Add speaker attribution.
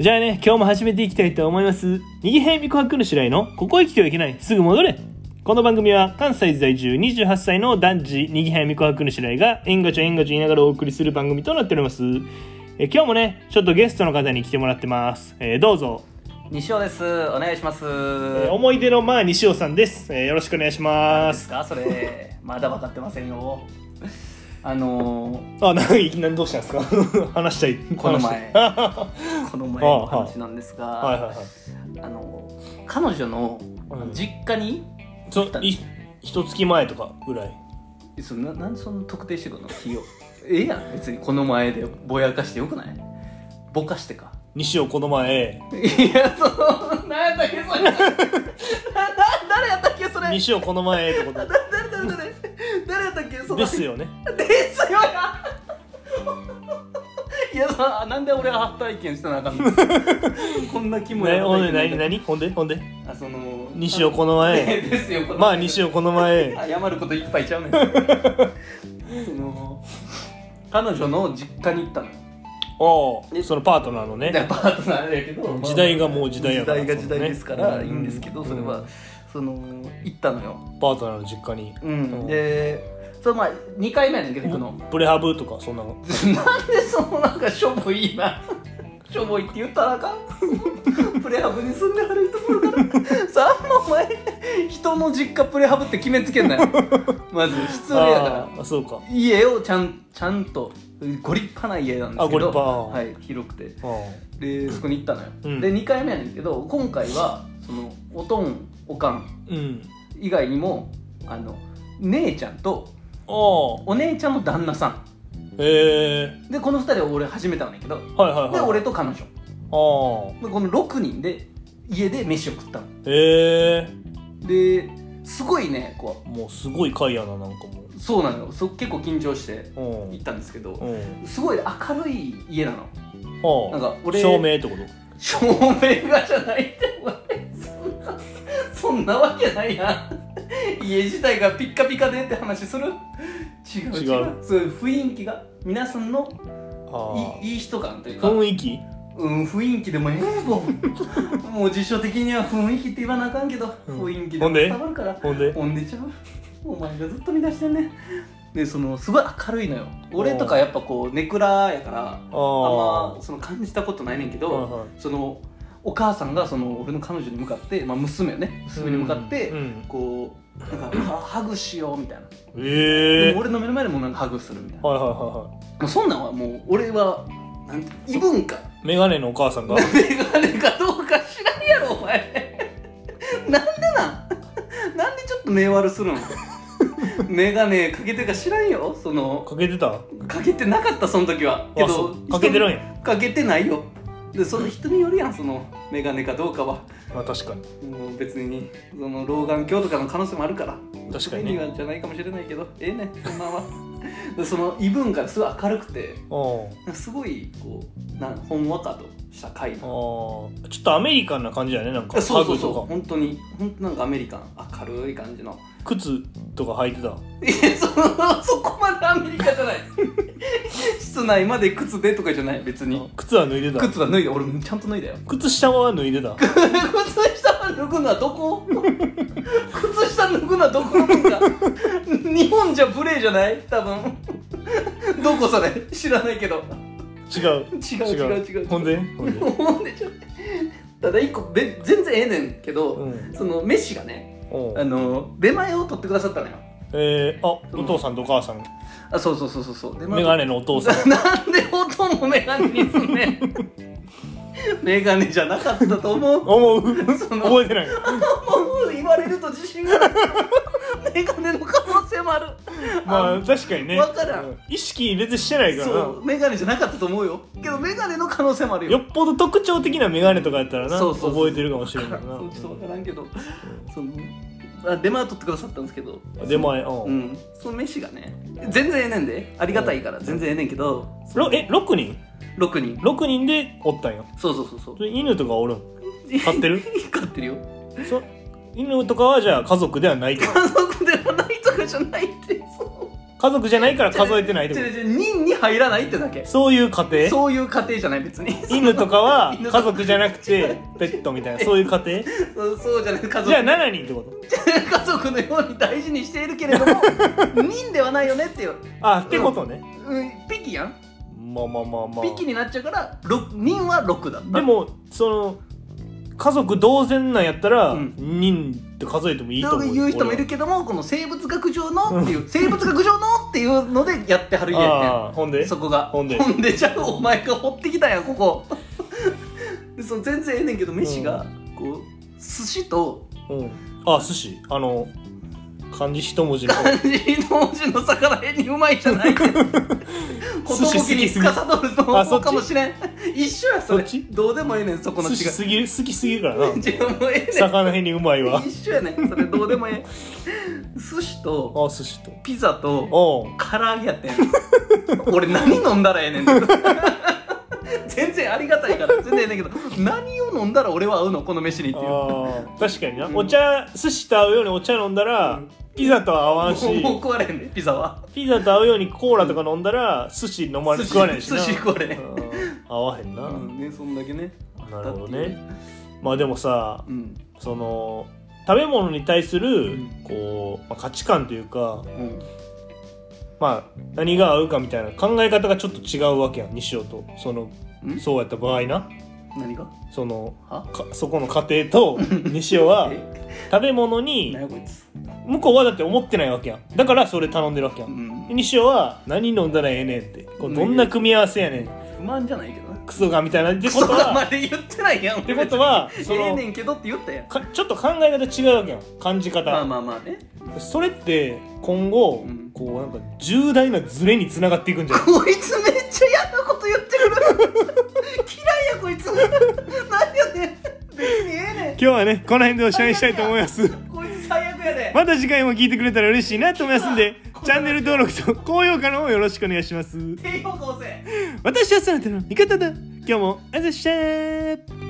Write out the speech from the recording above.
Speaker 1: じゃあね、今日も始めていきたいと思います。右辺未告白の白井の、ここへ来てはいけない、すぐ戻れ。この番組は関西在住28歳の男児、右辺未告白の白井が、えんがちょえんがちょ言いながらお送りする番組となっております。え今日もね、ちょっとゲストの方に来てもらってます。えーどうぞ、
Speaker 2: 西尾ですお願いします
Speaker 1: えー思い出のまあ西尾さんです。えーよろしくお願いしま
Speaker 2: です
Speaker 1: す。
Speaker 2: かそれまだ分かってませんよあのー
Speaker 1: あ、なんかいきなりどうしたんですか 話したい。
Speaker 2: この
Speaker 1: 話したい
Speaker 2: 前 この前の話なんですが
Speaker 1: はいはいはい。
Speaker 2: あのー彼女の
Speaker 1: うん
Speaker 2: 実家に、
Speaker 1: ちょい一月前とかぐらい。
Speaker 2: そのななんでその特定してくるの日をええやん別にこの前でぼやかしてよくないぼかしてか
Speaker 1: 西尾この前、
Speaker 2: いやその何やったっけそれ なな誰やったっけそれ誰
Speaker 1: 西尾この前ってこと
Speaker 2: 誰誰誰誰やったっけその
Speaker 1: ですよね。
Speaker 2: ですよや いやさなんで俺初体験したなあか んのこんな気も
Speaker 1: ね、
Speaker 2: や
Speaker 1: ほん
Speaker 2: な
Speaker 1: で、
Speaker 2: い
Speaker 1: なになにほんでほんで
Speaker 2: あその
Speaker 1: 西尾この
Speaker 2: あ
Speaker 1: 前。
Speaker 2: ですよこの
Speaker 1: まあ西尾この 前。
Speaker 2: 謝ることいっぱいち ゃうねんその彼女の実家に行ったの
Speaker 1: おうそのパートナーの
Speaker 2: で
Speaker 1: ね。
Speaker 2: パートナーやけど、まあ
Speaker 1: 時代がもう時代やから
Speaker 2: 時代が時代ですから、
Speaker 1: うん
Speaker 2: いいんですけどそれは、
Speaker 1: うん
Speaker 2: その行ったのよ、
Speaker 1: パートナーの実家に。
Speaker 2: うん、
Speaker 1: ん
Speaker 2: でそれまあ2回目やねんけど行くの
Speaker 1: プレハブとか、そんなの。
Speaker 2: なんでそのなんかしょぼいなしょぼいって言ったらあかんプレハブに住んではる人もいるからさあお前人の実家プレハブって決めつけんなよまず失礼やか
Speaker 1: あー、そうか。
Speaker 2: ら家をちゃんちゃんとご立派な家なんですけ
Speaker 1: あご立派
Speaker 2: ど、はい、広くて
Speaker 1: う
Speaker 2: でそこに行ったのよ、
Speaker 1: うん
Speaker 2: で2回目やねんけど今回はそのおとんおかん
Speaker 1: ん。うん。
Speaker 2: 以外にもあの姉ちゃんと
Speaker 1: おう
Speaker 2: お姉ちゃんの旦那さん
Speaker 1: へえ
Speaker 2: でこの2人は俺初めてなんだけど
Speaker 1: ー。はいはいはい。
Speaker 2: で俺。と彼女
Speaker 1: おう
Speaker 2: でこの6人で家で飯を食ったの
Speaker 1: へえ
Speaker 2: ですごいねこ
Speaker 1: ー。もうすごい回やな、なんかも
Speaker 2: うそうなのよそ結構緊張して
Speaker 1: う。うん。
Speaker 2: 行ったんですけど
Speaker 1: うん。
Speaker 2: すごい明るい家なの
Speaker 1: おう
Speaker 2: なんか俺
Speaker 1: 照明ってこと
Speaker 2: 照明がじゃないってお前そんなそんなわけないやん家自体がピッカピカでって話する違う違う
Speaker 1: 違
Speaker 2: そういう雰囲気が皆さんの
Speaker 1: あ
Speaker 2: いいい人感という
Speaker 1: あ。
Speaker 2: か
Speaker 1: 雰囲気
Speaker 2: うん、雰囲気でもええもんもう辞書的には雰囲気って言わなあかんけど、
Speaker 1: うん
Speaker 2: 雰囲気で
Speaker 1: ほ
Speaker 2: も
Speaker 1: んで
Speaker 2: 伝わるから
Speaker 1: ほんで
Speaker 2: ほんでちゃうお前がずっと乱してんねでそのすごい明るいのよ俺とかやっぱこうネクラやから
Speaker 1: あ
Speaker 2: あん
Speaker 1: あ
Speaker 2: まその感じたことないねんけ
Speaker 1: はい
Speaker 2: ど
Speaker 1: はい
Speaker 2: そのお母さんがその俺の彼女に向かって、まあ、娘よね娘に向かって、
Speaker 1: うん
Speaker 2: こうなん かはハグしようみたいな、
Speaker 1: うん
Speaker 2: で
Speaker 1: ええ
Speaker 2: も
Speaker 1: はい
Speaker 2: 俺の目の前でもなんかハグするみたいな、
Speaker 1: はいはいは
Speaker 2: もうそんなんはもう俺はなんて異文化
Speaker 1: いメガネのお母さん が
Speaker 2: メガネかどうか知らんやろお前なんでなんなんでちょっと目悪するのメガネかけてるか知らんよその
Speaker 1: かけてた
Speaker 2: かけてなかったその時はけ
Speaker 1: あそ
Speaker 2: ど
Speaker 1: うかけてるんや、
Speaker 2: かけてないよでその人によるやんそのメガネかどうかは
Speaker 1: まあ、確かに
Speaker 2: もう別にその老眼鏡とかの可能性もあるから
Speaker 1: 確かに
Speaker 2: それ
Speaker 1: ね
Speaker 2: はじゃないかもしれないけどええねそんなんはでその異文化がすごい明るくて
Speaker 1: あー
Speaker 2: なんかすごいこうなんほんわかとした回
Speaker 1: あー
Speaker 2: な
Speaker 1: ちょっとアメリカンな感じやねなんか
Speaker 2: そ
Speaker 1: ハ
Speaker 2: うそ
Speaker 1: グ
Speaker 2: うそう
Speaker 1: とか
Speaker 2: 本当に本当なんかアメリカン明るい感じの
Speaker 1: 靴とか履いてた
Speaker 2: いやそのそこまでアメリカじゃない 室内まで靴でとかじゃない別に
Speaker 1: 靴は脱いでた
Speaker 2: 靴は脱いで俺ちゃんと脱いだよ
Speaker 1: 靴下は脱いでた
Speaker 2: 靴下は脱ぐのはど こ靴下脱ぐのはどこの文化日本じゃ無礼じゃない多分どこそれ知らないけど
Speaker 1: 違う
Speaker 2: 違う違う違う違う
Speaker 1: ほんでほ んで
Speaker 2: 思うんでちょただ一個べ全然ええねんけど、
Speaker 1: うん
Speaker 2: そのメッシがね
Speaker 1: お
Speaker 2: あ
Speaker 1: う
Speaker 2: の出前を取ってくださったのよ
Speaker 1: えー、あお父さんとお母さん
Speaker 2: あそうそうそうそうそう出
Speaker 1: メガネのお父さん
Speaker 2: なんで音もメガネにすんねん メガネじゃなかったと 思う
Speaker 1: 思う
Speaker 2: その
Speaker 1: 覚えてない
Speaker 2: もう言われると自信がない メガネの可能性もある
Speaker 1: まあ確かにね
Speaker 2: わからん
Speaker 1: う意識別にしてないから
Speaker 2: そ
Speaker 1: な
Speaker 2: うメガネじゃなかったと思うよけどメガネの可能性もあるよ
Speaker 1: よっぽど特徴的なメガネとかやったらな
Speaker 2: そうそうそう
Speaker 1: 覚えてるかもしれんけど
Speaker 2: そうちょっとわ
Speaker 1: な
Speaker 2: からんけどそのあ出前を取ってくださったんですけど
Speaker 1: 出前う
Speaker 2: うんんその飯がね全然ええねんでありがたいから全然ええねんけど
Speaker 1: ろえ6人
Speaker 2: 6人
Speaker 1: 6人でおったんよ
Speaker 2: そうそうそうそう
Speaker 1: それ犬とかおるん飼 ってる
Speaker 2: 飼ってるよ
Speaker 1: そ 犬とかはじゃあ家族ではないけど
Speaker 2: 家族ではないとかじゃないってそう
Speaker 1: 家族じゃないから数えてないってこ
Speaker 2: 違う違う人に入らないってだけ
Speaker 1: とそういう家庭
Speaker 2: そういう家庭じゃない別に
Speaker 1: 犬とかは
Speaker 2: 犬と
Speaker 1: 家族じゃなくてペットみたいなそういう家庭
Speaker 2: そうそうじゃない家族
Speaker 1: じゃあ7人ってこと
Speaker 2: 家族のように大事にしているけれ ども人ではないよねっていう、
Speaker 1: あってことね、
Speaker 2: うん、ピキやん
Speaker 1: まあまあまあまあ
Speaker 2: ピキになっちゃうからろ人は6だった
Speaker 1: でもその家族同然なんやったら、
Speaker 2: うん
Speaker 1: 人って数えてもいいと
Speaker 2: と
Speaker 1: 思うよ
Speaker 2: いう人もいるけどもこの生物学上のっていう生物学上のっていうのでやってはる
Speaker 1: 俺
Speaker 2: 家や
Speaker 1: はああほん
Speaker 2: ね
Speaker 1: で
Speaker 2: んそこが
Speaker 1: ほんで
Speaker 2: じゃあお前が掘ってきたやんここ でその全然ええねんけど飯がこう寿司と
Speaker 1: うん、あ寿司あの漢字一文字の
Speaker 2: 漢字の文字の魚へにうまいじ ゃない寿
Speaker 1: 司好き
Speaker 2: に司ると
Speaker 1: あそ
Speaker 2: 思
Speaker 1: っ
Speaker 2: う
Speaker 1: ち
Speaker 2: かもしれん一緒やそれ
Speaker 1: そっち
Speaker 2: どうでもええねんそこの違
Speaker 1: 寿
Speaker 2: い
Speaker 1: 司すぎる好きすぎるから な
Speaker 2: 違うもう ええねん
Speaker 1: 魚へにうまいわあ
Speaker 2: 一緒やねんそれどうでもええ寿司と
Speaker 1: 寿司と
Speaker 2: ピザと
Speaker 1: おう
Speaker 2: 唐揚げやってん 俺何飲んだらええねんって 全然ありがたいから全然ええねんけど何を飲んだら俺は合うのこの飯にっていうも
Speaker 1: あー確かにな、
Speaker 2: うん
Speaker 1: お茶寿司と合うようにお茶飲んだら、
Speaker 2: うん
Speaker 1: ピザとは合わんし
Speaker 2: うもう食われへんねピザは
Speaker 1: ピザと合うようにコーラとか飲んだら寿司飲まれ
Speaker 2: 寿司
Speaker 1: 食われへんしな
Speaker 2: 寿司食われへん
Speaker 1: うん合わへんな、
Speaker 2: うんねそんだけね
Speaker 1: なるほど
Speaker 2: だってい
Speaker 1: ね
Speaker 2: う
Speaker 1: まあでもさ
Speaker 2: うん
Speaker 1: その食べ物に対する、
Speaker 2: うん
Speaker 1: こう、まあ、価値観というか、
Speaker 2: うん
Speaker 1: まあ、何が合うかみたいな考え方がちょっと違うわけやん西尾とその
Speaker 2: ん
Speaker 1: そうやった場合な
Speaker 2: 何が
Speaker 1: その
Speaker 2: は
Speaker 1: かそこの家庭と西尾 は
Speaker 2: え
Speaker 1: 食べ物に
Speaker 2: 何やこいつ
Speaker 1: 向こうはだって思ってないわけやんだからそれ頼んでるわけや
Speaker 2: うんん
Speaker 1: 西尾は何飲んだらええねんってこうどんな組み合わせやねん
Speaker 2: 不満じゃないけどな
Speaker 1: クソがみたいなって
Speaker 2: ク
Speaker 1: こ
Speaker 2: ソ
Speaker 1: と
Speaker 2: が
Speaker 1: は
Speaker 2: まで言ってないやんっ
Speaker 1: ってことは
Speaker 2: え
Speaker 1: そ
Speaker 2: え
Speaker 1: の
Speaker 2: ねんけどって言ったやん
Speaker 1: かちょっと考え方違うわけやん感じ方、
Speaker 2: まあまあまあね
Speaker 1: それって今後、
Speaker 2: うん
Speaker 1: こうなんか重大なズレにつながっていくんじゃない
Speaker 2: こいつめっちゃ嫌なこと言ってくる嫌いやこいつ何やねん別にええねん
Speaker 1: 今日はねこの辺でおしまいにしたいと思い ます
Speaker 2: こいつ最悪やで
Speaker 1: また次回も聞いてくれたら嬉しいなと思いますんでチャンネル登録と高評価の方よろしくお願いします
Speaker 2: 低評価押せ
Speaker 1: 私はそなたの味方だ今日もあざっしゃー